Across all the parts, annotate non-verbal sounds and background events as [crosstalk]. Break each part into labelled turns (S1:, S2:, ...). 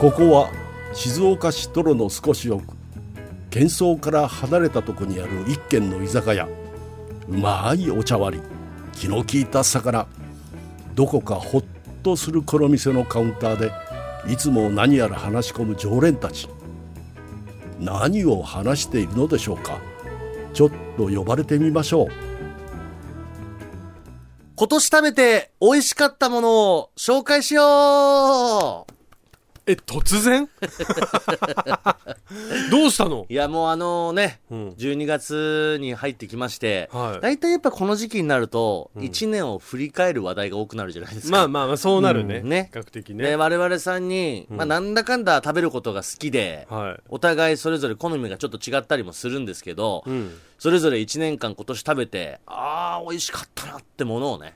S1: ここは静岡市泥の少し奥喧騒から離れたとこにある一軒の居酒屋うまいお茶割り気の利いた魚どこかほっとするこの店のカウンターでいつも何やら話し込む常連たち何を話しているのでしょうかちょっと呼ばれてみましょう
S2: 今年食べて美味しかったものを紹介しよう
S3: え、突然 [laughs] どうしたの
S2: いや、もうあのね、
S3: うん
S2: 12月に入ってきまして、
S3: はい
S2: 大体やっぱこの時期になると、1年を振り返る話題が多くなるじゃないですか。
S3: まあまあまあ、そうなるね。
S2: うんね
S3: 比較的
S2: で
S3: ね。
S2: 我々さんに、まあ、なんだかんだ食べることが好きで、
S3: は
S2: お互いそれぞれ好みがちょっと違ったりもするんですけど、
S3: い。うん。
S2: それぞれ1年間今年食べてあー美味しかったなってものをね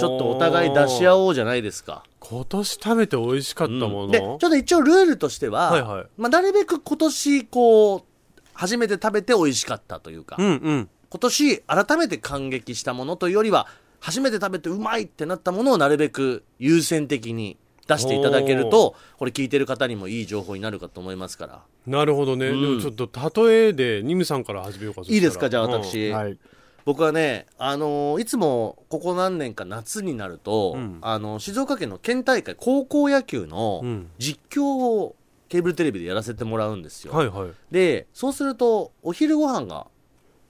S2: ちょっとお互い出し合おうじゃないですか。
S3: 今年食べて美味しかったもの、
S2: でちょっと一応ルールとしては、
S3: はいはい
S2: まあ、なるべく今年こう初めて食べて美味しかったというか、
S3: うんうん。
S2: 今年改めて感激したものというよりは初めて食べてうまいってなったものをなるべく優先的に出していただけるとこれ聞いてる方にもいい情報になるかと思いますから
S3: なるほど
S2: ん
S3: ね。でもちょっと、例えで、ニムさんから始めようか。そしたら
S2: いいですかじゃあ私、
S4: はい。
S2: 僕はね、あのーいつもここ何年か夏になると、
S3: うん
S2: あの静岡県の県大会高校野球
S3: う
S2: の
S3: ん
S2: 実況をケーブルテレビでやらせてもらうんです
S3: う
S2: よ、
S3: んはいはい。
S2: でそうするとお昼ご飯が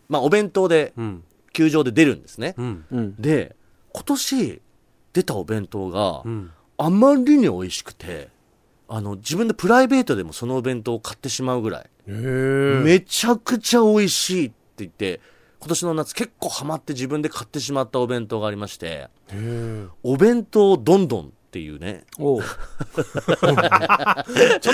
S2: まあお弁当で
S3: うん。
S2: 球場で出るんですね、
S3: うん。
S4: うん。
S2: で今年出たお弁当が
S3: うん。
S2: あまりに美味しくてあの自分でプライベートでもそのお弁当を買ってしまうぐらい、
S3: へえ。
S2: めちゃくちゃ美味しいって言って今年の夏結構ハマって自分で買ってしまったお弁当がありまして
S3: へえ
S2: お弁当どんどんっていうね
S4: おう
S3: ちょっと待って、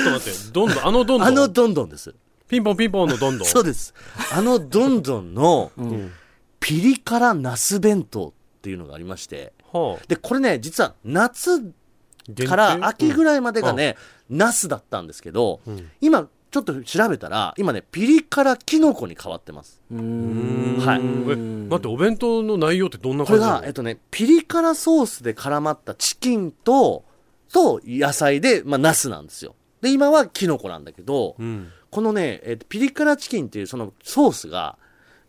S3: どん
S2: [laughs]
S3: どん、あのどんどん。
S2: あのどんどんです
S3: ピンポンピンポンのどんどん。
S2: そうですあのどんどんの
S4: ん
S2: ピリ辛ナス弁当っていうのがありまして
S3: はあ
S2: でこれね実は夏
S3: 限定
S2: から秋ぐらいまでがね、ナスだったんですけど、
S3: ん
S2: 今ちょっと調べたら今ねピリ辛キノコに変わってます
S4: う。
S3: うんん
S2: はい
S3: え待って、お弁当の内容ってどんな
S2: これ
S3: 感じなの
S2: が、えっとね、ピリ辛ソースで絡まったチキンと、と野菜で、まあ、ナスなんですよ。で、今はキノコなんだけど、
S3: うん。
S2: このね、えっと、ピリ辛チキンっていうそのソースが、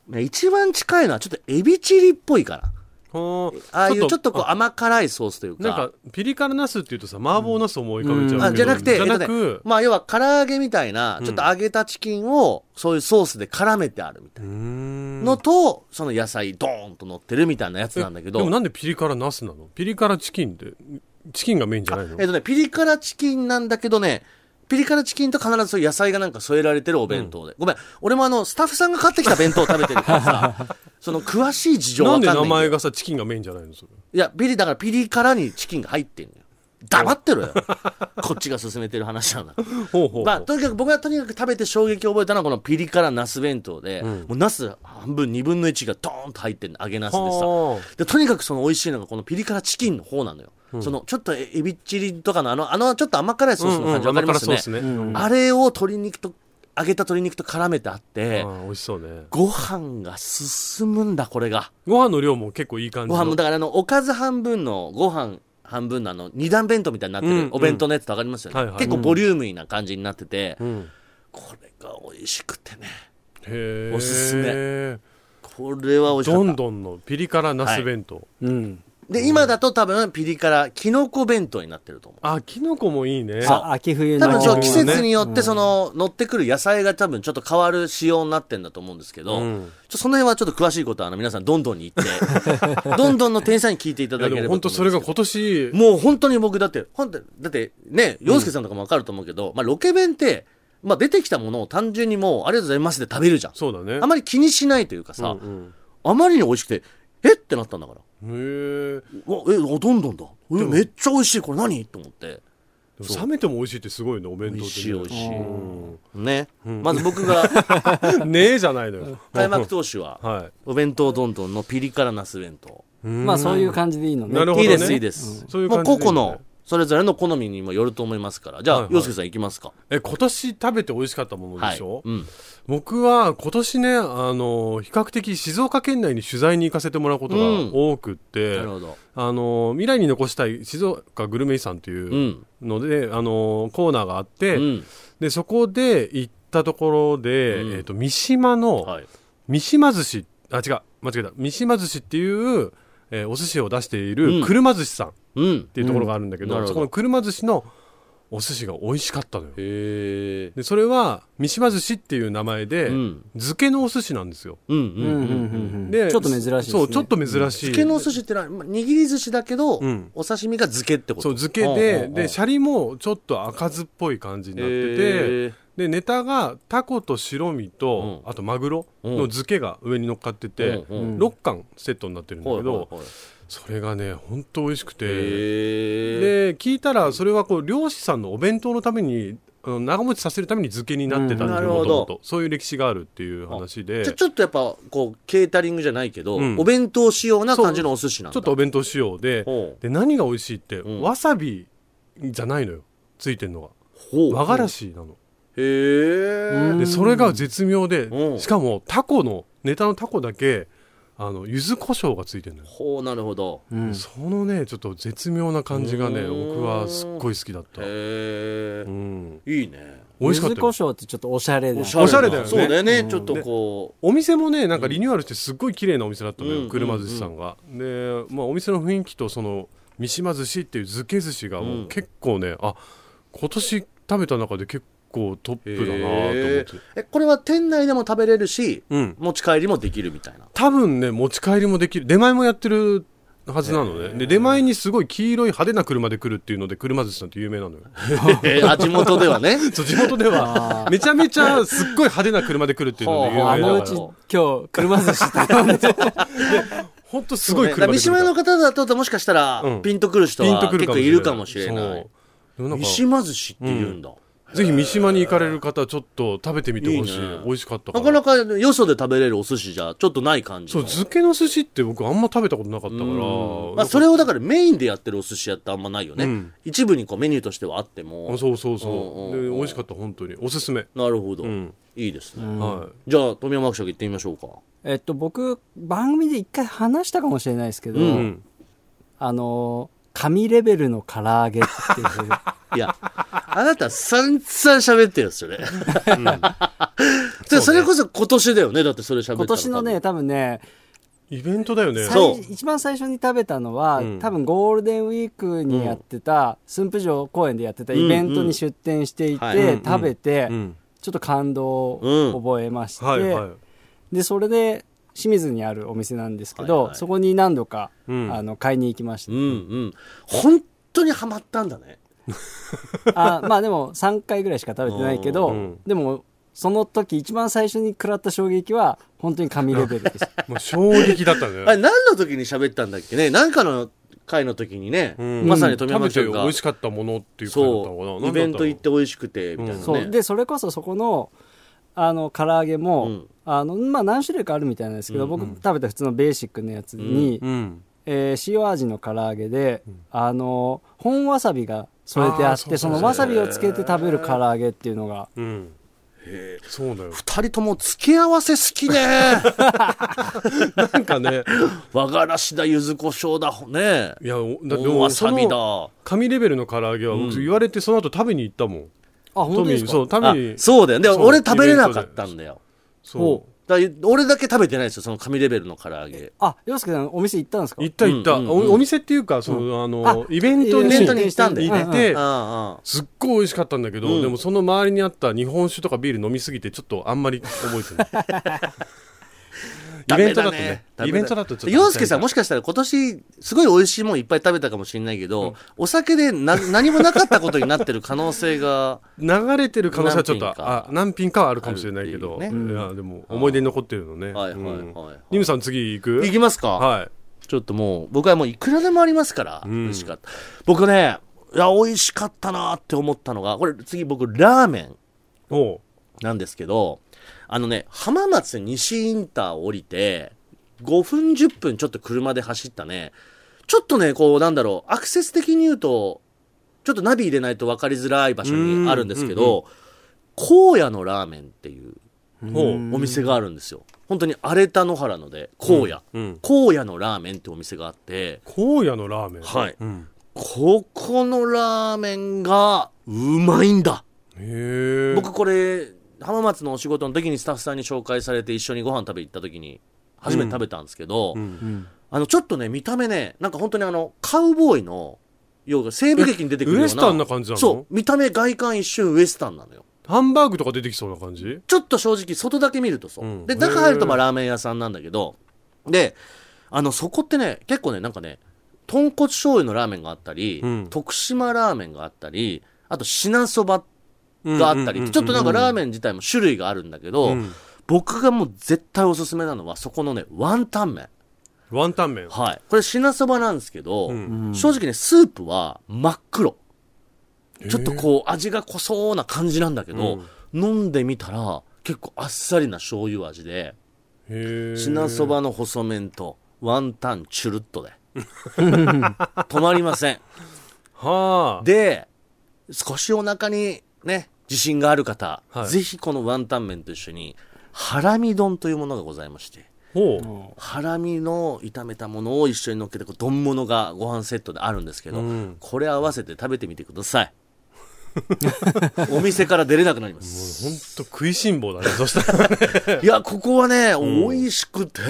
S2: ね一番近いのはちょっとエビチリっぽいかな。
S3: は
S2: ああいうちょっとこう
S3: あ
S2: 甘辛いソースというか。
S3: なんか、ピリ辛ナスっていうとさ、麻婆ナス思い浮かべちゃうけど。
S2: あじゃなくて、
S3: じゃな
S2: えっとね
S3: く、、
S2: まあ要は唐揚げみたいな、ちょっと揚げたチキンをそういうソースで絡めてあるみたいう
S3: ー
S2: なんのと、その野菜ドーンと乗ってるみたいなやつなんだけど。
S3: でもなんでピリ辛ナスなのピリ辛チキンって、チキンがメインじゃないの
S2: えっとね、ピリ辛チキンなんだけどね、ピリ辛チキンと必ずそういう野菜がなんか添えられてるお弁当で。ごめん、俺もあの、スタッフさんが買ってきた弁当を食べてるから
S3: [laughs]
S2: さ、その詳しい事情
S3: な
S2: わか
S3: ん
S2: ん
S3: で
S2: ない
S3: 名
S2: んだ
S3: 前
S2: よ。
S3: がさ、チキンがメインじゃないのそれ。
S2: いや、ピリ、だからピリ辛にチキンが入ってんのよ。黙って
S3: [laughs]
S2: ろよ。こっちが進めてる話なんだから。
S3: ほうほうほう。
S2: まあ、とにかく僕がとにかく食べて衝撃を覚えたのはこのピリ辛ナス弁当で、もうナス半分2分の1がドーンと入ってる揚げナスでさ
S3: は
S2: でとにかくその美味しいのがこのピリ辛チキンの方なのよ、そのちょっとエビチリとかのあのあのちょっと甘辛いソースの感じわかりますよね,、
S3: うんうん甘辛
S2: あれを鶏肉と揚げた鶏肉と絡めてあって、
S3: そうっすねうんあー美味しそうね。
S2: ご飯が進むんだこれが
S3: ご飯の量も結構いい感じ
S2: ご
S3: の。
S2: 飯もだからあのおかず半分のご飯半分のあの二段弁当みたいになって
S3: うんう
S2: る
S3: ん
S2: お弁当のやつとわかりますよね、
S3: はいはい
S2: 結構ボリューミーな感じになってて、
S3: うん。
S2: これが美味しくてね
S3: へえ。
S2: おすす
S3: め。
S2: これは美味しかった
S3: どんどんのピリ辛ナス弁当。
S4: うん。
S2: で今だと多分ピリ辛キノコ弁当になってると思う
S3: あ、キノコもいいね。
S4: あ、秋冬
S2: 多
S4: の。
S2: 分そう季
S3: ね
S2: 節によってその乗ってくる野菜が多分ちょっと変わる仕様になってんだと思うんですけど、
S3: うん
S2: ちょその辺はちょっと詳しいことはあの皆さんどんどんに言
S3: [laughs]
S2: ってどんどんの店員さんに聞いていた
S3: い
S2: だ
S3: や
S2: け
S3: で
S2: れば
S3: も
S2: と思うんで
S3: 本当
S2: す
S3: それが
S2: けど
S3: 今年、
S2: もう本当に僕だって、本当にだってね、洋介さんとかもわかると思うけど、まあロケ弁って、まあ出てきたものを単純にもうありがとうございますで食べるじゃん。
S3: そうだね。
S2: あまり気にしないというかさ、
S3: うん
S2: あまりに美味しくて、えってなったんだから。
S3: うんへえ。
S2: うわ、え、おどんどんだ。えめっちゃ美味しい。これ何と思って。
S3: でも冷めても美味しいってすごいね、お弁当ってね。
S2: 美味しい美味しい
S3: うん
S2: ね。まず僕が、
S3: [laughs] ねえじゃないのよ。
S2: 開幕投手は、
S3: は
S2: お弁当どんどんのピリ辛ナス弁当。
S3: い。
S4: まあそういう感じでいいのね。
S3: なるほど
S2: いい
S3: ね
S2: です、いいです。
S3: そういう
S2: もう
S3: 感じでい
S2: 個
S3: いね
S2: 々のそれぞれの好みにもよると思いますからじゃあ、
S3: はいはい
S2: 洋介さんいきますか
S3: え今年食べて美味しかったものでしょ、
S2: はいうん、
S3: 僕は今年ねあの比較的静岡県内に取材に行かせてもらうことが多くって、
S2: なるほど、
S3: あの未来に残したい静岡グルメ遺産と
S2: う
S3: いうんので、あのコーナーがあって、
S2: うん
S3: でそこで行ったところで、
S2: うん
S3: えっと三島の、
S2: はい、
S3: 三島寿司あ違う間違えた三島寿司っていう、えーお寿司を出してい
S2: うん
S3: る車寿司さんっ
S2: うん、
S3: ていうところがあるんだけ
S2: う
S3: ど,、
S2: んなるほど
S3: そこの車寿司のお寿司が美味しかったのよ
S2: へえ
S3: でそれは三島寿司っていう名前で、
S2: うん
S3: 漬けのお寿司なんですよ
S2: うんうん
S4: うん
S2: うん
S4: うんうんうん
S3: で
S4: ちょっと珍しいですね
S3: そうちょっと珍しい、
S2: 漬けのお寿司ってのはまあ握り寿司だけど、
S3: うん
S2: お刺身が漬けってこと
S3: そう漬け
S2: うんうん
S3: で
S2: うん
S3: でシャリもちょっと赤酢っぽい感じになってて
S2: へー
S3: でネタがタコと白身と、
S2: うん
S3: あとマグロの漬けが上に乗っかってて、
S2: うんうん
S3: 6貫セットになってるんだけど、
S2: はいはいはい
S3: それがね本当美味しくて
S2: へえ
S3: で聞いたらそれはこう漁師さんのお弁当のためにあの長持ちさせるために漬けになってたん
S2: うん
S3: だ
S2: なる
S3: よ
S2: ほ
S3: も
S2: ど
S3: ともとそういう歴史があるっていう話で
S2: じゃあ
S3: ち
S2: ちょっとやっぱこうケータリングじゃないけど、
S3: うん
S2: お弁当仕様な感じのお寿司なんだ
S3: ょっとお弁当仕様で
S2: ほう
S3: で何が美味しいって、
S2: うん
S3: わさびじゃないのよついてるのが
S2: ほう
S3: 和がらしなの
S2: へえ
S3: でそれが絶妙で
S2: うん
S3: しかもタコのネタのタコだけあの柚子胡椒がついてるのよ
S2: ほうなるほど
S4: うん
S3: そのねちょっと絶妙な感じがね
S2: うん
S3: 僕はすっごい好きだった、
S2: へえ
S3: うん、
S2: いいね
S3: 美味しかった
S4: 柚
S3: よ
S4: 子胡椒ってちょっとおしゃれな。
S3: おしゃれだよね
S2: そうだよね、
S4: うん
S2: ちょっとこ
S3: お店もねなんかリニューアルしてすっごい綺麗なお店だったの
S2: うん
S3: よ車寿司さんが、で、まあ、お店の雰囲気とその三島寿司っていう漬け寿司がも
S2: うん
S3: う結構ね、あ今年食べた中で結構トッ
S2: う
S3: プだなと思って
S2: へー、えこれは店内でも食べれるし
S3: うん、
S2: 持ち帰りもできるみたいな
S3: 多分ね持ち帰りもできる出前もやってるはずなのね、で出前にすごい黄色い派手な車で来るっていうので車寿司なんて有名
S2: [laughs]
S3: なのよ
S2: えあ地元ではね
S3: [laughs] そう地元ではめちゃめちゃすっごい派手な車で来るっていうので有名
S4: あ
S3: だ
S4: のう
S3: か
S4: ち
S3: ら
S4: 今日車寿司頼んで
S3: 本当すごい
S2: そうねだから三
S3: 車で来るか
S2: 島
S3: ら
S2: の方だとともしかしたら、
S3: うん
S2: ピンとくる人
S3: ピンと
S2: は
S3: くる
S2: 結
S3: かも
S2: 構
S3: しれな
S2: い
S3: い
S2: るかもしれない
S3: そうでもなん
S2: 三
S3: か
S2: 島寿司って言うんだ、
S3: ぜひ三島に行かれる方ちょっと食べてみてほしい
S2: いいね
S3: 美味しかったか
S2: な
S3: ら
S2: かなかよそで食べれるお寿司じゃちょっとない感じ
S3: そう
S2: の
S3: 漬けの寿司って僕あんま食べたことなかったから、
S2: うんまあ、それをだからメインでやってるお寿司屋ってあんまないよね、
S3: うん
S2: 一部にこうメニューとしてはあっても
S3: あそうそうそう、
S2: うんうんうん
S3: で美味しかった本当におすすめ、
S2: なるほど、
S3: うん
S2: いいですね、
S3: は
S2: じゃあ富山伯爵行ってみましょうか
S4: [laughs] えっと僕番組で一回話したかもしれないですけど、
S2: う
S3: い、
S2: ん
S3: うん
S4: あの神レベルの唐揚
S3: [laughs]
S4: げっていう
S2: い [laughs] やあなた散々喋ってるんですよね、 [laughs] でそれこそ今年だよねだってそれ喋った
S4: 今年のね多分ね
S3: イベントだよね
S4: 最
S2: そう
S4: 一番最初に食べたのは、
S3: うん
S4: 多分ゴールデンウィークにやってた、駿府城公園でやってたイベントに出店していて、
S2: うんうん
S3: はい
S4: 食べて、
S3: うん
S4: ちょっと感動を覚えまして、
S3: はいはい
S4: でそれで清水にあるお店なんですけど、
S2: はいはい
S4: そこに何度か、
S3: うん
S4: あの買いに行きました
S2: うんうん本当にハマったんだね
S4: あまあでも3回ぐらいしか食べてないけど、
S3: うん
S4: でもその時一番最初に食らった衝撃は本当に神レベルでした
S3: もう衝撃だった
S2: [laughs]
S3: ね
S2: あれ何の時に喋ったんだっけね何かの回の時にね、
S3: うん
S2: まさに富
S3: 食
S2: 山
S3: べて
S2: 県
S3: 美
S2: が
S3: 味しかったものっていう感じだったのかな
S2: そうイベント行って美味しくてみたいなね、
S4: そう、でそれこそそこのあの唐揚げも、
S2: うん
S4: あのまあ、何種類かあるみたいなんですけど、僕食べた普通のベーシックのやつに、
S3: うん
S4: えー塩味の唐揚げで、あの本わさびが添えてあ
S3: あー
S4: っ
S3: そ
S4: て
S3: うそ
S4: そ
S3: うそう
S4: のわさびをつけて食べる唐揚げっていうのが
S3: うんそ
S2: [laughs]
S3: うだよ
S2: 二人とも付け合わせ好き [laughs] ね
S3: なんかね
S2: 和がらしだ柚子胡椒だね
S3: [laughs] いやおだって
S2: おわさび
S3: その
S2: だ
S3: 神レベルの唐揚げは僕言われてその後食べに行ったもん、
S4: あ本当ですか
S3: そう食
S2: あ
S3: べに
S2: そうだよで
S3: そう
S2: 俺食べれなかったんだよ
S3: そう
S2: だから俺だけ食べてないですよその紙レベルの唐揚げ
S4: あ洋介さんお店行ったんですか
S3: 行った行った、
S2: うんうんうん
S3: おお店っていうかその、あのイベント
S2: イ
S3: に
S2: ベントに行ったんだよね
S3: 行って、
S2: ああ
S3: すっごい美味しかったんだけど、
S2: うん
S3: でもその周りにあった日本酒とかビール飲みすぎてちょっとあんまり覚えてない
S2: [laughs]
S3: イベントだとねイベントだとちょっと
S2: 洋介さんもしかしたら今年すごい美味しいもんいっぱい食べたかもしれないけど、お酒でな [laughs] 何もなかったことになってる可能性が
S3: 流れてる可能性はちょっ
S2: 何
S3: と
S2: 品か
S3: あ何品かはあるかもしれないけど
S2: あるって
S3: いやでも思い出に残ってるのね
S2: はいはいはいはい
S3: うんニムさん次行く
S2: いきますか、
S3: は
S2: ちょっともう僕はもういくらでもありますから、
S3: ん
S2: 美味しかった僕ねいや美味しかったなって思ったのがこれ次僕ラーメン
S3: いおう
S2: なんですけどあのね浜松西インターを降りて5分10分ちょっと車で走ったねちょっとねこうなんだろうアクセス的に言うとちょっとナビ入れないと分かりづらい場所にあるんですけど、荒野のラーメンっていう
S3: ほう
S2: お店があるんですよ。本当に荒れた野原ので、荒野、
S3: うん
S2: 荒野のラーメンってお店があって、
S3: 荒野のラーメン
S2: はい
S3: うん、
S2: ここのラーメンがうまいんだ
S3: へえ
S2: 僕これ浜松のお仕事の時にスタッフさんに紹介されて一緒にご飯食べ行った時に初めて食べたんですけど、
S4: うん
S2: あのちょっとね見た目ねなんか本当にあのカウボーイの要は西部劇に出てくるよう
S3: ウ
S2: な
S3: エスタンな感じなの
S2: そう見た目外観一瞬ウエスタンなのよ
S3: ハンバーグとか出てきそうな感じ
S2: ちょっと正直外だけ見るとそう、
S3: うん
S2: で中入るとまあラーメン屋さんなんだけどであのそこってね結構ねなんかね豚骨醤油のラーメンがあったり、
S3: うん
S2: 徳島ラーメンがあったりあと品そばがあったり、ちょっとなんかラーメン自体も種類があるんだけど、
S3: うん
S2: 僕がもう絶対おすすめなのはそこのねワンタン麺
S3: ワンタン麺
S2: はいこれ品そばなんですけど、
S3: うん
S2: 正直ねスープは真っ黒ちょっとこう味が濃そうな感じなんだけど、飲んでみたら結構あっさりな醤油味で
S3: へえ
S2: 品そばの細麺とワンタンチュルッ
S3: [laughs]
S2: とで止まりません
S3: はあ
S2: で少しお腹にね自信がある方、
S3: はい
S2: ぜひこのワンタン麺と一緒にハラミ丼というものがございまして
S3: ほ
S2: ハラミの炒めたものを一緒に乗っけてこう丼物がご飯セットであるんですけど、
S3: うん
S2: これ合わせて食べてみてくだ
S3: [laughs]
S2: さいお店から出れなくなりま
S3: う
S2: す
S3: ほんと食いしん坊だねそした
S2: [laughs]
S3: らへ
S2: いやここはね、美味しくて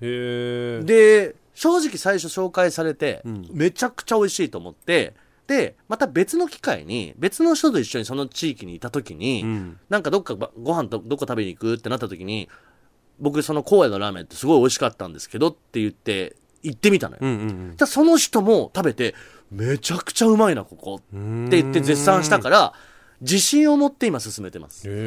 S3: え
S2: で正直最初紹介されて、めちゃくちゃ美味しいと思ってでまた別の機会に別の人と一緒にその地域にいた時に、
S3: うん
S2: なんかどっかばご飯とどこ食べに行くってなった時に僕その荒野のラーメンってすごい美味しかったんですけどって言って行ってみたのよ、
S3: うんうん
S2: じゃあその人も食べてめちゃくちゃうまいなここ
S3: う
S2: っ
S3: ん
S2: て言って絶賛したから自信を持って今進めてます、
S3: へ
S4: う
S3: え
S4: ん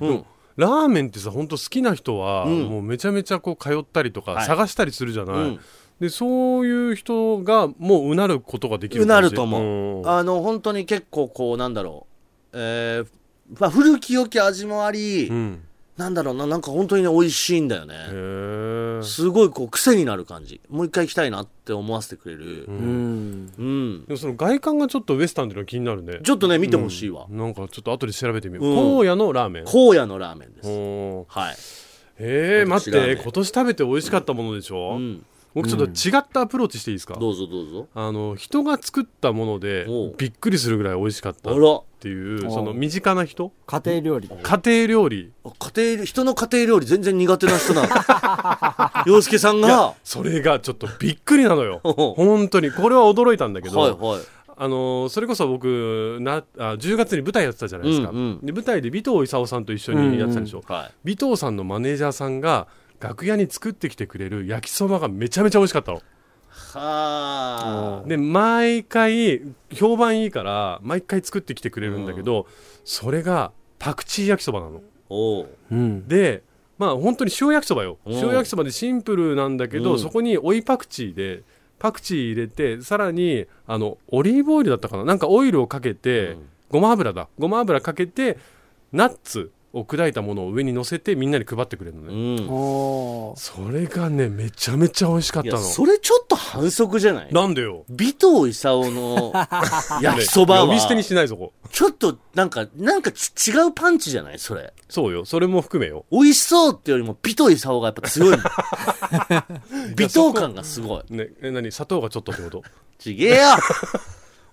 S2: うん、
S3: ラーメンってさ本当好きな人は、
S2: うん
S3: もうめちゃめちゃこう通ったりとか、
S2: はい
S3: 探したりするじゃない、
S2: うん
S3: でそういう人がもううなることができる
S2: うなると思
S3: ん
S2: うあの本当に結構こうなんだろうえーまあ、古き良き味もあり、
S3: うん
S2: なんだろうななんか本当にね美味しいんだよ
S3: へ
S2: ね
S3: え
S2: すごいこう癖になる感じもう一回行きたいなって思わせてくれる
S4: うんう
S2: う
S4: ん
S2: ん
S3: でもその外観がちょっとウエスタンっていうのが気になるね
S2: ちょっとね、見てほしいわ。
S3: なんかちょっと後で調べてみよう、
S2: うん
S3: 荒野のラーメン
S2: 荒野のラーメンです。
S3: おー
S2: はい。
S3: へえ待
S2: 私
S3: っ
S2: ラーメ
S3: て
S2: ン
S3: 今年食べて美味しかったものでしょ、
S2: うん。
S3: 僕ちょっと違ったアプローチしていいですか、
S2: どうぞどうぞ。
S3: あの人が作ったもので
S2: おう
S3: びっくりするぐらい美味しかった
S2: あ
S3: っ
S2: ら、あ
S3: ていう
S4: おう
S3: その身近な人
S4: 家庭料理
S3: 家庭料理
S2: 家庭、人の家庭料理全然苦手な人なの。
S3: [laughs]
S2: 洋介さんが、
S3: それがちょっとびっくりなのよ
S2: おう
S3: 本当にこれは驚いたんだけど、
S2: はいはい。
S3: あのーそれこそ僕なあ10月に舞台やってたじゃないですか、
S2: うんうん
S3: で舞台で尾藤勲さんと一緒にやってたでしょ、
S2: は
S3: 尾藤さんのマネージャーさんが楽屋に作ってきてくれる焼きそばがめちゃめちゃ美味しかったの
S2: は
S3: で毎回評判いいから毎回作ってきてくれるんだけど、それがパクチー焼きそばなの
S2: おう
S4: うん
S3: でまあ本当に塩焼きそばよ
S2: うん
S3: 塩焼きそばでシンプルなんだけど、
S2: うん
S3: そこに追いパクチーでパクチー入れてさらにあのオリーブオイルだったかななんかオイルをかけて、ごま油だごま油かけてナッツを砕いたものを上に乗せてみんなに配ってくれるのね、
S2: うん。
S4: おー
S3: それがねめちゃめちゃ美味しかっ
S2: いや、
S3: たの
S2: それちょっと反則じゃない尾
S3: なんでよ
S2: 藤勲
S3: [laughs]
S2: の焼きそば
S3: 呼び捨てに
S2: は、
S3: しないぞこ
S2: ちょっとなんか、なんかち違うパンチじゃないそれ。
S3: そうよそれも含めよ
S2: 美味しそうってよりも、尾藤勲がやっぱ強い
S3: [laughs]
S2: もん。尾藤感がすごい。
S3: ねえ何砂糖がちょっとってこと
S2: [laughs] ちげえよ
S3: [laughs]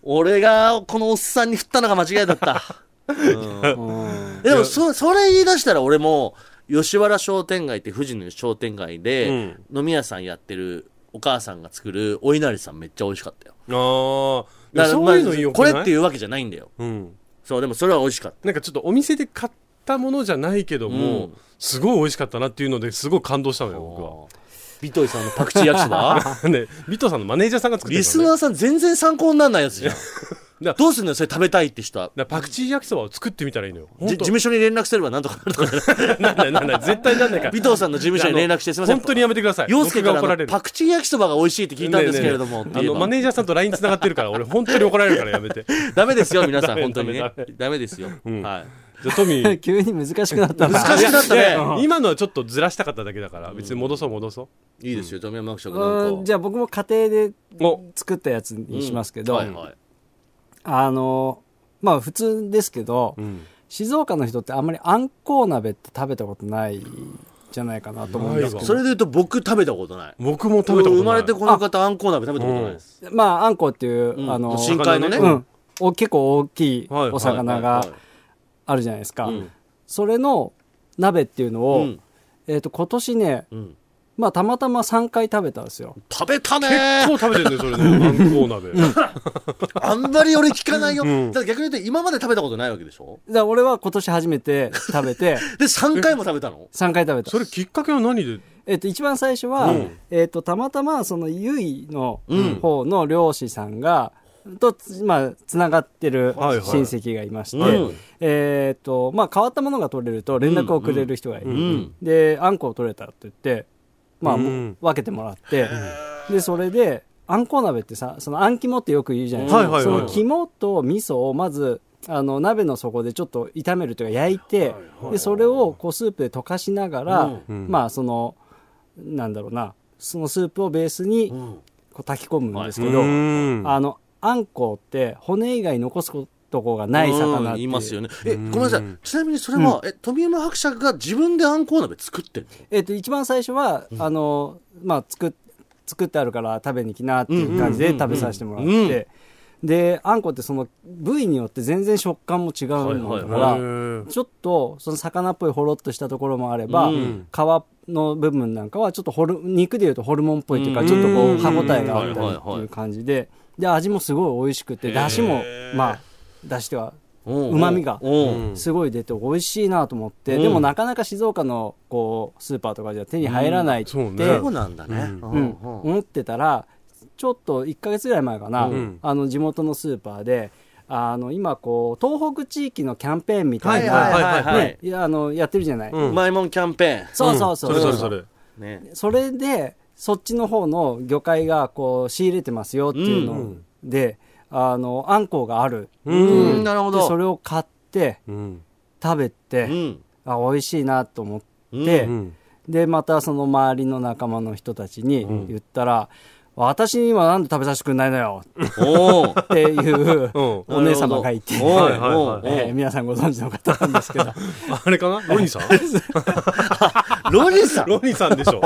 S2: 俺がこのおっさんに振ったのが間違いだった。
S4: うん
S2: [laughs] でもそ、それ言い出したら俺も、吉原商店街って富士の商店街で、飲み屋さんやってるお母さんが作るお稲荷さんめっちゃ美味しかったよ。
S3: ああ
S2: だから
S3: そういうのいいよ、
S2: まあこれっていううわけじゃないんだよ。
S3: うん、
S2: そう、でもそれは美味しかった。
S3: なんかちょっとお店で買ったものじゃないけども、
S2: うん
S3: すごい美味しかったなっていうのですごい感動したのよ僕は
S2: 尾藤さんのパクチー焼きそば
S3: [laughs] ね、ビトさんのマネージャーさんが作って
S2: リ
S3: るか
S2: ス
S3: ら、ね、
S2: ナーさん全然参考になんないやつじゃん。
S3: だ
S2: [laughs] どうすんのよ、それ食べたいって人は。
S3: だからパクチー焼きそばを作ってみたらいいのよ
S2: じ事
S3: 本当
S2: 務所に連絡すればなんとかなるとかじゃない。
S3: [laughs] なんないなんない絶対なんないか
S2: 尾
S3: ら
S2: 藤さんの事務所に連絡して、すいません。
S3: 本当にやめてください
S2: 洋介か
S3: 僕が
S2: ら
S3: 怒ら
S2: あ
S3: れ
S2: の
S3: る
S2: パクチー焼きそばが美味しいって聞いたんですけれども、っ
S3: ねえ
S2: て言え
S3: ねえねえあ
S2: ば
S3: のマネージャーさんと LINE つながってるから俺本当に怒られるからやめて
S2: [laughs]
S3: じ
S2: ダメですよ、皆さん、
S3: メ
S2: 本当にね
S3: ダメダメ。
S2: ダメですよ。
S3: ん
S2: はい。
S3: ゃあトミー
S4: [laughs] 急に難しくなったな
S2: [laughs] 難しくなった
S3: いやいや
S2: ね。
S3: 今のはちょっとずらしたかっただけだから別に戻そう戻そ
S2: いいですよ、富山学食なん
S4: うん
S2: か。
S4: じゃあ僕も家庭で
S3: うお
S4: 作ったやつにしますけど、
S2: はいはい。
S4: あの、まあ普通ですけど、
S3: うん
S4: 静岡の人ってあんまりあんこう鍋って食べたことないじゃないかなと思うんですけ
S2: それで言うと僕食べたことない
S3: 僕も食べたことない
S2: 生まれてこの方あんこう鍋食べたことないです、
S4: ど、まああんこうっていう、
S2: うん
S4: あの、
S2: 深海のね、
S4: うん、お結構大きい
S3: はいはい
S4: お魚
S2: はい
S4: が
S2: はい
S4: あるじゃないですか。
S2: はいうん
S4: それの鍋っていうのを、
S2: うん
S4: えっ、と、今年ね、
S2: うん
S4: まあたまたま3回食べたんですよ。
S2: 食べたねー
S3: 結構食べてるねそれねあんこう鍋
S2: あんまり俺聞かないよ、
S3: うん
S2: だから逆に言うと今まで食べたことないわけでしょ
S4: だから俺は今年初めて食べて、
S2: で3回も食べたの
S4: 3回食べた
S3: そ。れきっかけは何で
S4: えっと、一番最初は、
S3: うん
S4: えっと、たまたま、その、ゆいの
S2: うん
S4: 方の漁師さんが、と、つまあ、つながってる
S3: はいはい
S4: 親戚がいまして、
S2: うん
S4: えっと、まあ、変わったものが取れると連絡をくれる人がいる。
S3: うん
S2: うん
S4: で、あんこを取れたって言って、まあ、
S3: うん
S4: もう分けてもらって、で、それで、あんこ鍋ってさ、その、あん肝ってよく言うじゃないですか。
S3: はいはいはい
S4: その、肝と味噌をまず、あの、鍋の底でちょっと炒めるというか焼いて、で、それをこう、スープで溶かしながら、
S3: うん
S4: まあそのなんだろうなそのスープをベースに
S2: うん
S4: こう炊き込むんです
S3: う
S4: けど、
S3: ん
S4: あのあんこうって骨以外残すとこがない魚っ
S2: うん
S4: て
S2: い
S4: い
S2: ますよ
S4: ね
S2: ねえご
S3: うん
S2: めんなさいちなみにそれは、え富山伯爵が自分であんこう鍋作ってんの
S4: えっと一番最初は、あのまあ作っ作ってあるから食べに来なっていう感じで食べさせてもらって、
S2: うんうんうんうん
S4: であんこうってその部位によって全然食感も違うのだから、
S2: は
S4: ちょっとその魚っぽいほろっとしたところもあれば、
S2: うん
S4: 皮の部分なんかはちょっとホル肉でいうとホルモンっぽいというか、
S2: うん
S4: ちょっとこ
S3: う
S4: うん歯応えがあった
S2: はいはい
S4: りって
S2: はい
S4: いう感じでで味もすごい美味しくてだしもまあだしでは
S2: うん
S4: うまみが
S2: うん
S4: すごい出て美味しいなと思って、
S2: うん
S4: でもなかなか静岡のこうスーパーとかじゃ手に入らないって、
S3: そうね
S2: そうなんだね、
S3: う
S4: うん
S2: うん
S4: 思ってたらちょっと1ヶ月ぐらい前かな、
S3: うん
S4: あの地元のスーパーであの今こう東北地域のキャンペーンみたいな、
S2: はいはいはいはい
S4: ねいやあのやってるじゃない、
S3: うん
S2: うまいもんキャンペーン
S4: そうそうそう、
S3: んそれそれそれ
S2: ね
S4: それでそっちの方の魚介がこう仕入れてますよっていう
S2: う
S4: ので、あのあんこうがある
S3: うん
S2: うんなるほ
S4: で
S2: ど
S4: それを買って
S3: うん
S4: 食べて、
S2: うん [laughs]
S4: あ美味しいなと思って、
S2: う
S3: うん
S4: でまたその周りの仲間の人たちに言ったら、私にはなんで食べさせてくれないのよ
S2: おお
S4: っていう
S3: うん
S4: お姉様がいて、
S2: お
S4: [laughs] え
S2: お
S3: はいはいはい
S4: ー皆さんご存知の方なんですけど
S3: あれかなロニーさん
S2: ロニーさん
S3: ロニーさんでしょ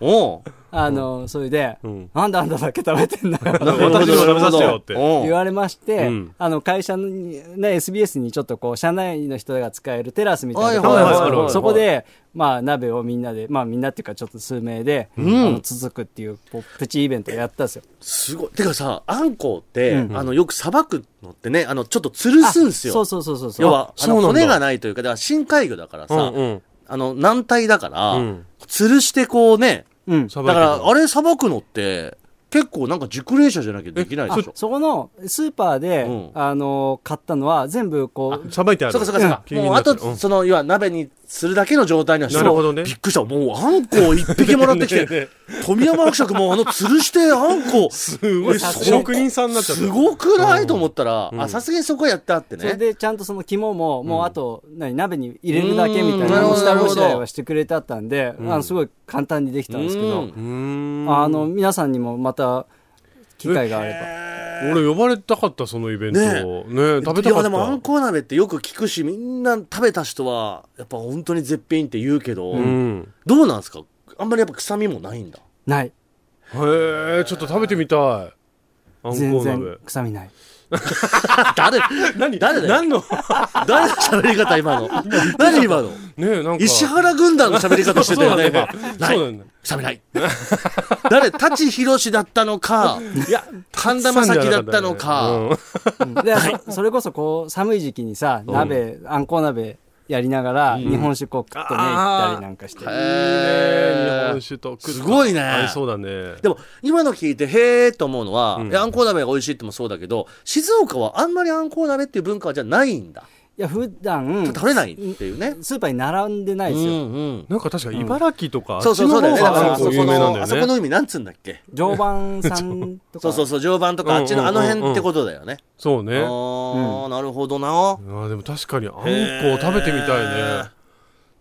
S2: おおお
S4: あのそれで、
S3: うん
S4: なんであんただけ食べてんだよ
S2: なるほど
S3: 私にも食べさせてよって
S2: おう
S4: 言われまして、
S3: うん
S4: あの会社のに、ね、SBS にちょっとこう社内の人が使えるテラスみたいなとこ
S3: はい
S4: ろ
S3: はい
S4: が
S3: はいはい
S4: あるそこで、まあ、鍋をみんなで、まあ、みんなっていうかちょっと数名で、
S2: うん
S4: あの続くっていうこうプチイベントをやったんですよ。
S2: すごい。てかさ、あんこうって、
S4: うん
S2: あの、よくさばくのってね、あの、ちょっと吊るすんすよ。
S4: そうそうそうそうそう
S2: 要は、あ
S3: そう
S2: の
S3: なんだ
S2: 骨がないというか、だから深海魚だからさ、
S3: うん
S2: あの、軟体だから、
S3: うん
S2: 吊るしてこうね、
S4: うん、
S3: さ
S2: だ
S3: ば
S2: か
S3: いてる
S2: ら、あれさばくのって、結構なんか熟練者じゃなきゃできない
S4: あ
S2: でしょ。
S4: そこのスーパーで、
S2: うん
S4: あの買ったのは全部こう
S3: さばいてある
S2: そうかそうかそうか。
S3: 切り身
S2: も
S3: に
S2: う
S3: な
S2: あ
S3: って
S2: と
S3: る、うん
S2: その、要は鍋にするだけの状態にはして
S3: なるほどね
S2: びっくりした。もうあんこう一匹もらってき
S3: [laughs] ねえね
S2: て、富山伯爵もあの吊るしてあんこう、す
S3: [laughs] すごい
S4: さすが
S3: 職人さんになっちゃった
S2: すごくないと思ったら、あ、さすがにそこはやってあって
S4: それ
S2: ね。
S4: でちゃんとその肝ももうあと、何鍋に入れるだけみた
S2: う
S4: い
S2: んなるほ
S4: な
S2: ど
S4: 下
S2: なる
S4: ご
S2: ほ
S4: し
S2: ど
S4: らえはしてくれてあったんで、あのすごい簡単にできたんですけど、
S2: うん
S3: うーん
S4: あの皆さんにもまた機会があれば。
S3: 俺呼ばれたかったそのイベントねえ食べた
S2: いや
S3: かっ
S2: でもあん
S3: た
S2: こう鍋ってよく聞くしみんな食べた人はやっぱ本当に絶品って言うけど、
S3: うん
S2: どうなんですかあんまりやっぱ臭みもない
S3: [laughs]
S2: んだ
S4: ない
S3: へえちょっと食べてみたいあんこ
S4: 全
S3: う
S4: 然
S3: 鍋
S4: 臭みない
S2: 誰何誰だよ
S3: 何の
S2: 誰の喋り方
S3: [laughs]
S2: 今の何今の
S3: ねえなんか
S2: 石原軍団の喋り方してたよね今な
S3: そうないんだよ
S2: 臭みない誰舘ひろしだったのかいや神田正輝だったのか
S3: うん
S4: うんでそ [laughs] それこそこう寒い時期にさ鍋、あんこう鍋やりながら日本酒こう食ってね、
S3: あー
S4: 行ったりなんかして
S2: はい
S3: いね日本酒と
S2: すごいね
S3: 合いそうだね
S2: でも今の聞いてへえと思うのは、
S3: うん
S2: いやあんこう鍋が美味しいってもそうだけど静岡はあんまりあんこう鍋っていう文化じゃないんだ
S4: いや普段
S2: 取れないっていうね。
S4: スーパーに並んでないですよ、
S2: ん
S3: なんか確か茨城とか
S2: そうそうそうだよね。
S3: あ
S2: だ
S3: っ
S2: からあそ
S3: ちの方があんこ
S2: こ
S3: 有名なんだよ
S2: の、
S3: ね
S2: あそこの海なんつうんだっけ
S4: 常磐さんとか
S2: そうそうそう、常磐とか
S3: うん
S2: あっちのあの辺ってことだよね。
S3: そうね
S2: ああ、なるほどな。
S3: あーでも確かにあんこう食べてみたいね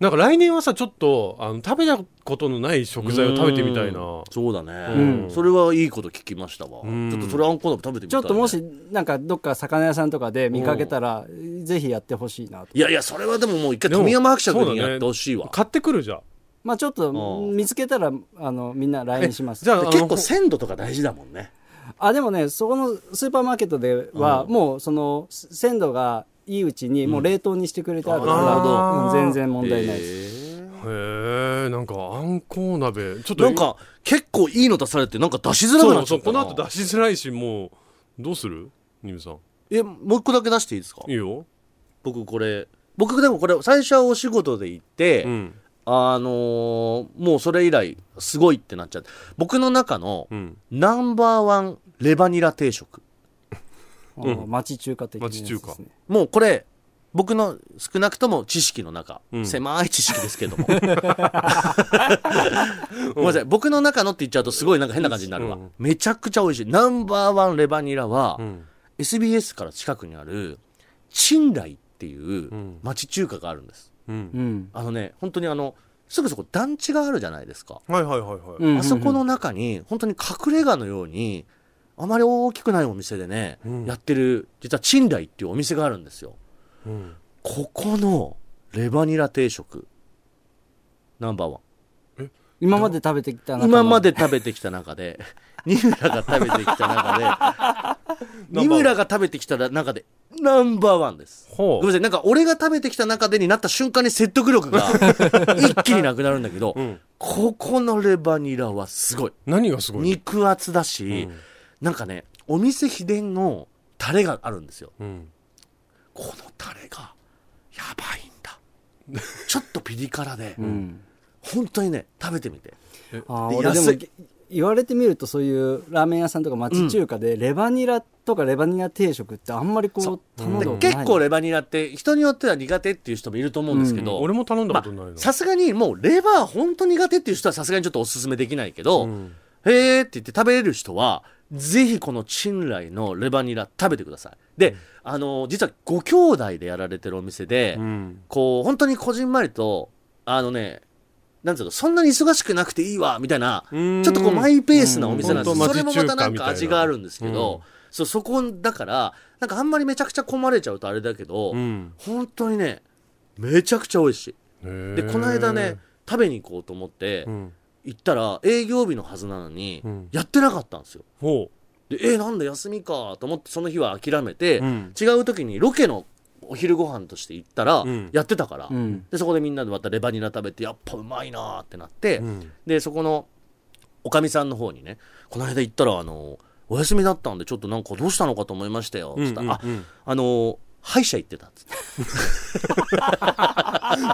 S3: なんか来年はさちょっとあの食べたことのない食材を食べてみたいな
S2: うんそうだね、
S3: うん
S2: それはいいこと聞きましたわ、
S3: うん
S2: ちょっとそれあんこ鍋食べてみ
S4: ち
S2: た
S4: ょ
S2: い、
S4: っともし、なんかどっか魚屋さんとかで見かけたら、ぜひやってほしいなと。
S2: いやいやそれはでももう一回
S3: でも
S2: 富山伯爵
S3: そう
S2: に
S3: だね
S2: やってほしいわ、
S3: 買ってくるじゃん
S4: まあちょっと
S2: うん
S4: 見つけたら、あの、みんな
S3: え
S4: LINE します。
S3: じゃああの
S2: 結構鮮度とか大事だもんね
S4: あ、でもね、そこのスーパーマーケットでは、もうその、鮮度がいいうちに、もう冷凍にしてくれてあるから、
S2: あなるほ
S3: ど
S4: うん全然問題ないです。
S3: へえんかあんこう鍋ちょっと
S2: なんか結構いいの出されてなんか出しづら
S3: そ
S2: くな
S3: うそ
S2: っ
S3: う
S2: ちゃった
S3: この
S2: な
S3: 後出しづらいしもうどうするニムさん
S2: えもう一個だけ出していいですか
S3: いいよ
S2: 僕これ僕でもこれ最初はお仕事で行って、
S3: うん
S2: あのーもうそれ以来すごいってなっちゃって僕の中の
S3: うん
S2: ナンバーワンレバニラ定食
S4: うん町中華的なやつです、ね。
S3: 町中
S2: もうこれ僕の少なくとも知識の中、
S3: うん
S2: 狭い知識ですけ
S3: [laughs]
S2: ども [laughs] ごめんなさい僕の中のって言っちゃうとすごいなんか変な感じになるわ、
S3: うん
S2: めちゃくちゃ美味しいナンバーワンレバニラは、
S3: うん
S2: SBS から近くにある珍来っていう
S3: うん
S2: 町中華があるんです
S3: うん
S4: うん。
S2: あのね本当にあのすぐそこ団地があるじゃないですか、
S3: はいはいはいはい、
S4: うん
S2: あそこの中に本当に隠れ家のようにあまり大きくないお店でね、
S3: うん
S2: やってる実は珍来っていうお店があるんですよ
S3: うん
S2: ここのレバニラ定食ナンバーワン
S4: 今まで食べてきた中の
S2: 今まで食べてきた中で [laughs] 二村が食べてきた中で
S3: ナンバーワン
S2: 二村が食べてきた中でナンバーワンですごめん
S3: ほ
S2: な
S3: う
S2: さい、なんか俺が食べてきた中でになった瞬間に説得力
S3: [laughs]
S2: が一気になくなるんだけど、
S3: ん
S2: ここのレバニラはすごい。
S3: 何がすごい
S2: 肉厚だし、
S3: うん
S2: なんかね、お店秘伝のタレがあるんですよ。
S3: うん
S2: このタレが、やばいんだ。ちょっとピリ辛で、
S4: うん。
S2: 本当にね、食べてみて。
S4: あ
S2: で
S4: ー俺で
S2: 安
S4: も
S2: い
S4: 言われてみるとそういうラーメン屋さんとか町中華でレバニラとかレバニラ定食ってあんまりこう頼んだ
S2: で
S4: ことない、
S2: 結構レバニラって人によっては苦手っていう人もいると思うんですけど、
S3: 俺も頼んだことないな、
S2: さすがにもうレバー本当苦手っていう人はさすがにちょっとおすすめできないけど、
S3: うん
S2: へーって言って食べれる人は、ぜひこの珍来のレバニラ食べてください。で、あのー実はご兄弟でやられてるお店で、
S3: うん
S2: こう、本当にこじんまりと、あのね、なんつうの、そんなに忙しくなくていいわ、みたいな、
S3: う
S2: ち
S3: ー
S2: ょ
S3: ん
S2: っとこうマイペースなお店なんです
S3: うん
S2: それもまたなん
S3: 本当町中華みたい
S2: か
S3: な
S2: 味があるんですけど、
S3: うん
S2: そうそこだから、なんかあんまりめちゃくちゃ困れちゃうとあれだけど、
S3: うん
S2: 本当にね、めちゃくちゃ美味しい。で、
S3: で
S2: この間ね、食べに行こうと思って、
S3: うん
S2: 行ったら営業日のはずなのに、
S3: うん
S2: やってなかったんですよ
S3: ほ
S2: でえーなんだ休みかと思ってその日は諦めて、
S3: ううん
S2: 違う時にロケのお昼ご飯として行ったら、
S3: うん
S2: やってたから、
S4: うん
S2: でそこでみんなでまたレバニラ食べてやっぱうまいなーってなって、
S3: うん
S2: でそこのおかみさんの方にねこの間行ったらあのお休みだったんでちょっとなんかどうしたのかと思いましたよつったら、
S3: うんうんうん
S2: ああのー歯医者行ってたっつっ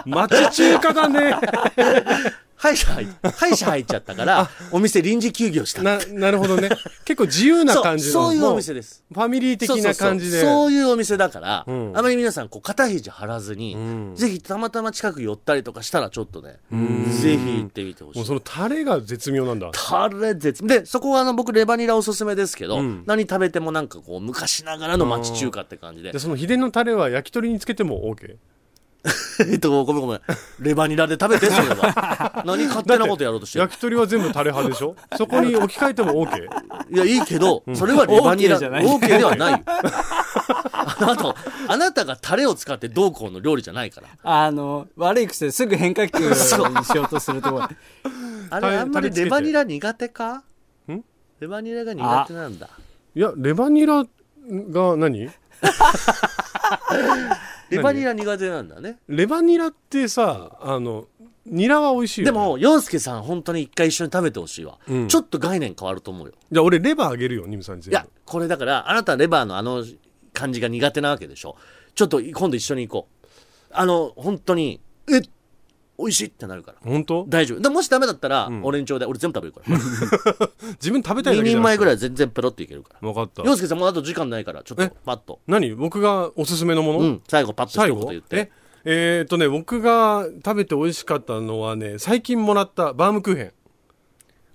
S2: て
S3: 町中華
S2: [laughs]
S3: だね
S2: 歯医者入っ歯医者入っちゃった
S3: [laughs]
S2: からお店臨時休業した
S3: ななるほどね結構自由な感じの
S2: そうそういう
S3: も
S2: お店です
S3: ファミリー的な感じ
S2: そうそうそう
S3: で
S2: そういうお店だから、
S3: うん
S2: あまり皆さんこう肩肘張らずに、
S3: うん
S2: ぜひたまたま近く寄ったりとかしたらちょっとね、
S3: ん
S2: ぜひ行ってみてほし
S3: もう
S2: い
S3: そのタレが絶妙なんだ
S2: タレ絶でそこはあの僕レバニラおすすめですけど、
S3: うん
S2: 何食べてもなんかこう昔ながらの町中華って感じで
S3: でその秘伝のタレは焼き鳥につけても OK
S2: [laughs] えっとごめんごめんレバニラで食べてそれ
S3: [laughs]
S2: は何勝手なことやろうとしてる
S3: 焼き鳥は全部タレ派で
S2: [laughs]
S3: しょそこに置き換えても OK
S2: いやいいけど、それはレバニラ
S4: OK じゃない
S2: OK ではないよ
S3: [laughs]
S2: あのあとあなたがタレを使ってどうこうの料理じゃないから
S4: あの悪い癖すぐ変化球
S2: [laughs]
S4: にしようとするところ
S2: あ
S3: タ
S2: れ
S3: レ
S2: あんまり
S3: タレつけて
S2: レバニラ苦手か
S3: ん
S2: レバニラが苦手なんだ
S3: いやレバニラが何
S2: レバニラ苦手なんだね
S3: レバニラってさあのニラは美味しいよ、
S2: でも洋介さん本当に一回一緒に食べてほしいわ、
S3: うん
S2: ちょっと概念変わると思うよ
S3: じゃあ俺レバーあげるよニムさんに
S2: い
S3: 全部
S2: やこれだからあなたレバーのあの感じが苦手なわけでしょちょっと今度一緒に行こうあの本当にえ美味しいってなるから
S3: 本当
S2: 大丈夫でもしダメだったら、
S3: ん
S2: 俺にちょうだい俺全部食べるか
S3: 自分食べた
S2: ら
S3: い
S2: 2
S3: だけじゃ
S2: 人
S3: な
S2: 前ぐら
S3: い
S2: い全然ペロっていけるから
S3: 分かった
S2: 洋介さんもうあと時間ないからちょっ
S3: え
S2: とパッと
S3: 何僕がおすすめのもの、
S2: うん最後パッと一
S3: 最
S2: 言
S3: 後
S2: 言って
S3: ええーっとね僕が食べて美味しかったのはね最近もらったバームクーヘン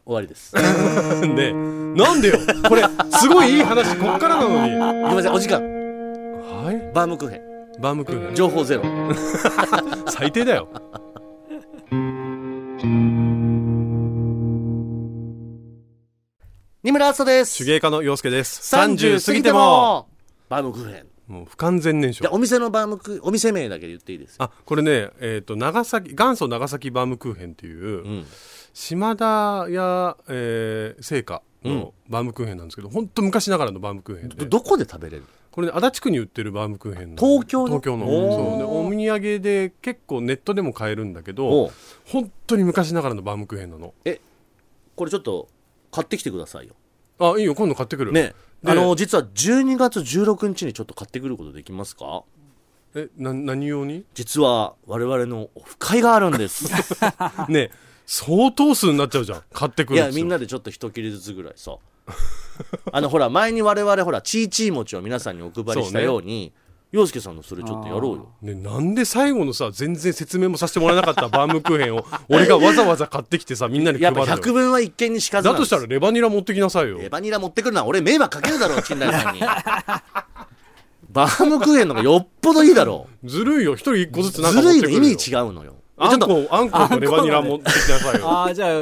S2: 終わりです
S3: で、なんでよこれ、すごいいい話、こっからなのに。
S2: ごめんなさいお時間
S3: は
S2: バームクーヘン
S3: いバームクーヘン。
S2: 情報ゼロ
S3: 最低だよ。
S2: 二村敦です
S3: 手芸家の洋介です
S2: 30過ぎてもバームクーヘン
S3: もう不完全燃
S2: で
S3: 焼
S2: お店のバームクーお店名だけ言っていいですよ
S3: あこれねえっ、と長崎元祖長崎バームクーヘンっていう、
S2: ん
S3: 島田や、えー、製菓のバームクーヘンなんですけど本当、ほんと昔ながらのバームクーヘンで
S2: どどこで食べれる
S3: これね足立区に売ってるバームクーヘンの
S2: 東京の
S3: 東京の
S2: おー
S3: そうでお土産で結構ネットでも買えるんだけ
S2: おう
S3: ど本当に昔ながらのバームクーヘンなの
S2: これちょっと買ってきてくださいよ
S3: あいいよ今度買ってくる
S2: ね
S3: で
S2: あの実は12月16日にちょっと買ってくることできますか
S3: えな何用に
S2: 実は我々のオフ会があるんです [laughs]
S3: ね相当数になっちゃうじゃん買ってく
S2: い
S3: る
S2: や
S3: です
S2: み
S3: よ
S2: んなでちょっと一切れずつぐらい [laughs] さあのほら前に我々ほらチーチー餅を皆さんにお配りしたように洋介さんのそれちょっとやろうよ
S3: ね、なんで最後のさ全然説明もさせてもらえなかった [laughs] バームクーヘンを俺がわざわざ買ってきてさみんなに
S2: や
S3: 配
S2: っ
S3: る
S2: ぱ
S3: の
S2: 百分は一見にしかずな
S3: だ
S2: ん
S3: と
S2: です
S3: したらレバニラ持ってきなさいよ
S2: エバニラ持ってくるのは俺迷惑かけるだろう、陣内さん [laughs] に。バームクーヘンの方がよっぽどいいだろ [laughs]
S3: ずるいよ一人一個ずつ
S2: う。
S3: なん
S2: ず
S3: か持っ
S2: る
S3: て
S2: い
S3: く
S2: の
S3: る
S2: 意
S3: よ
S2: 味違うのよ。
S3: あん
S2: ちょっ、
S3: こあんことレバニラ持ってきなさいよ
S4: ああ、じゃあ、い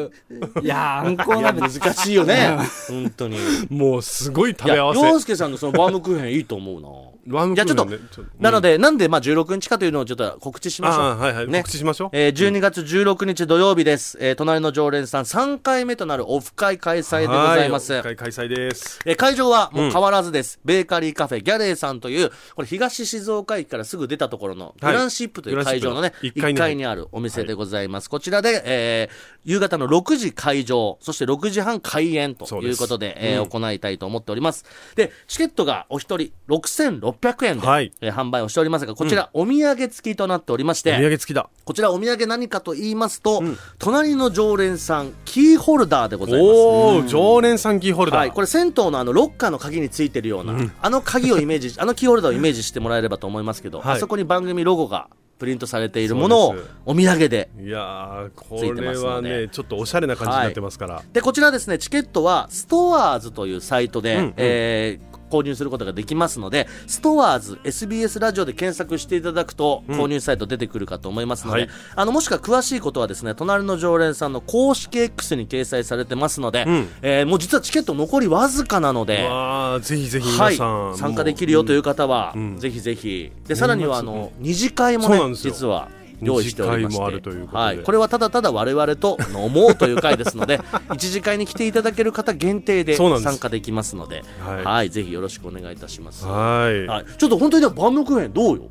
S4: やー、あんこと
S2: いや、
S4: 鍋
S2: 難しいよね。本当に。い
S3: もうすごい食
S2: や、
S3: べ合わせ
S2: 洋介さんのそのバームクーヘンいいと思うな。
S3: バームクーヘン、
S2: い
S3: ね、
S2: やちょっと
S3: ちょっと
S2: なので、なんでまあ16日かというのをちょっと告知しましょう。
S3: ああはいはい、
S2: ね
S3: 告知しましょう、
S2: えー12月16日土曜日です、えー隣の常連さん3回目となるオフ会開催でございます。
S3: はい開催です
S2: えー会場はもう変わらずです、ベーカリーカフェギャレーさんというこれ東静岡駅からすぐ出たところのグ
S3: はい
S2: ランシップとい
S3: グラ
S2: う
S3: ン
S2: 会
S3: シップ
S2: 場のね
S3: の
S2: 1
S3: 一
S2: 階
S3: 階
S2: に
S3: に
S2: あるお店でございます、こちらで、えー夕方の6時会場そして6時半開演ということでえー行いたいと思っておりますでチケットがお一人6600円で、
S3: はい
S2: えー販売をしておりますがこちらお土産付きとなっておりまして、
S3: お土産付きだ
S2: こちらお土産何かと言いますと、隣の常連さんキーホルダーでございます
S3: おお常連さんキーホルダー、
S2: はい、これ銭湯のあのロッカーの鍵についてるような、あの鍵をイメージ [laughs] あのキーホルダーをイメージしてもらえればと思いますけど、
S3: はい
S2: あそこに番組ロゴがプリントされているものを
S3: そうです
S2: お土産で
S3: いやーこ
S2: ついてま
S3: れ
S2: すの
S3: は
S2: で
S3: ねちょっとおしゃれな感じになってますから、
S2: でこちらですねチケットはストアーズというサイトで、
S3: うんうん
S2: えー購入することができますのでストアーズ SBS ラジオで検索していただくと、購入サイト出てくるかと思いますので、
S3: はい
S2: あのもしくは詳しいことはですね隣の常連さんの公式 X に掲載されてますので、
S3: ん
S2: えーもう実はチケット残りわずかなので。
S3: わあぜひぜひ
S2: は
S3: 皆
S2: い、
S3: さん、
S2: 参加でき
S3: る
S2: るよという方は、
S3: ん
S2: ぜひぜひでさらにはあの二次会も
S3: そうな
S2: ね
S3: んですよ
S2: 実は用意しておりまして
S3: 二次会もあるということで
S2: はい、これはただただ我々と飲もうという会ですので [laughs] 一次会に来ていただける方限定で
S3: そうなんです
S2: 参加できますのでは、
S3: はいい
S2: ぜひよろしくお願いいたします、は
S3: はい、
S2: い、ちょっと本当にでもバームクーヘンどうよ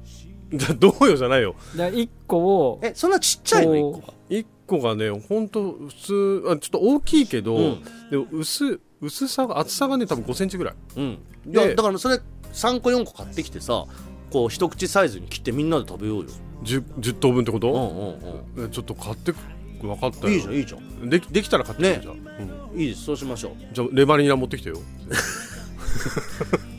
S3: じゃあどうよじゃないよ
S4: だ1個を、
S2: えそんなちっちゃいの一個が
S3: 一個がねほんと普通あちょっと大きいけど、
S2: うん
S3: でも薄薄さが厚さがね多分5センチぐらい
S2: うんい
S3: で
S2: やだからそれ3個4個買ってきてさこう一口サイズに切ってみんなで食べようよ
S3: 10, 10等分って
S2: う
S3: こ
S2: ん
S3: と、
S2: うん
S3: えちょっと買ってく分かった
S2: うん
S3: よ
S2: いいじゃんいいじゃん
S3: できできたら買ってきて、じゃあ
S2: いいですそうしましょう
S3: じゃあレバニラ持ってきてよ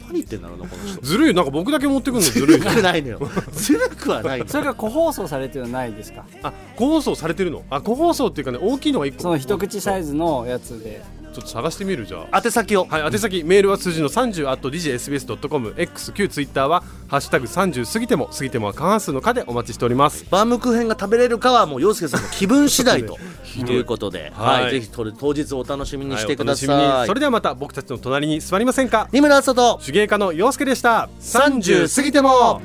S2: 何言ってんだろうなこの人
S3: ずるいよなんか僕だけ
S2: [laughs]
S3: 持ってくんのずるい
S2: ずるくない
S3: [laughs]
S2: のよ。ずるくはないの。
S4: それが個包装されてるのないですか
S3: あ個包装されてるのあ個包装っていうかね大きいのが1個
S4: その一口サイズのやつで。
S3: ちょっと探してみるじゃあ
S2: 宛先を。
S3: はい、宛先メールは数字の30 at digsbs.com xq ツイッターは「ハッシュタグ #30 過ぎても過ぎてもは過半数の課」でお待ちしております
S2: バームクーヘンが食べれるかはもう洋介さんの気分次第
S3: [laughs]
S2: ということで、
S3: はい
S2: はい、ぜひとる当日お楽しみにしてください。
S3: はいお楽しみにそれではまた僕たちの隣に座りませんか
S2: 二村あさと
S3: 手芸家の洋介でした
S2: 30過ぎても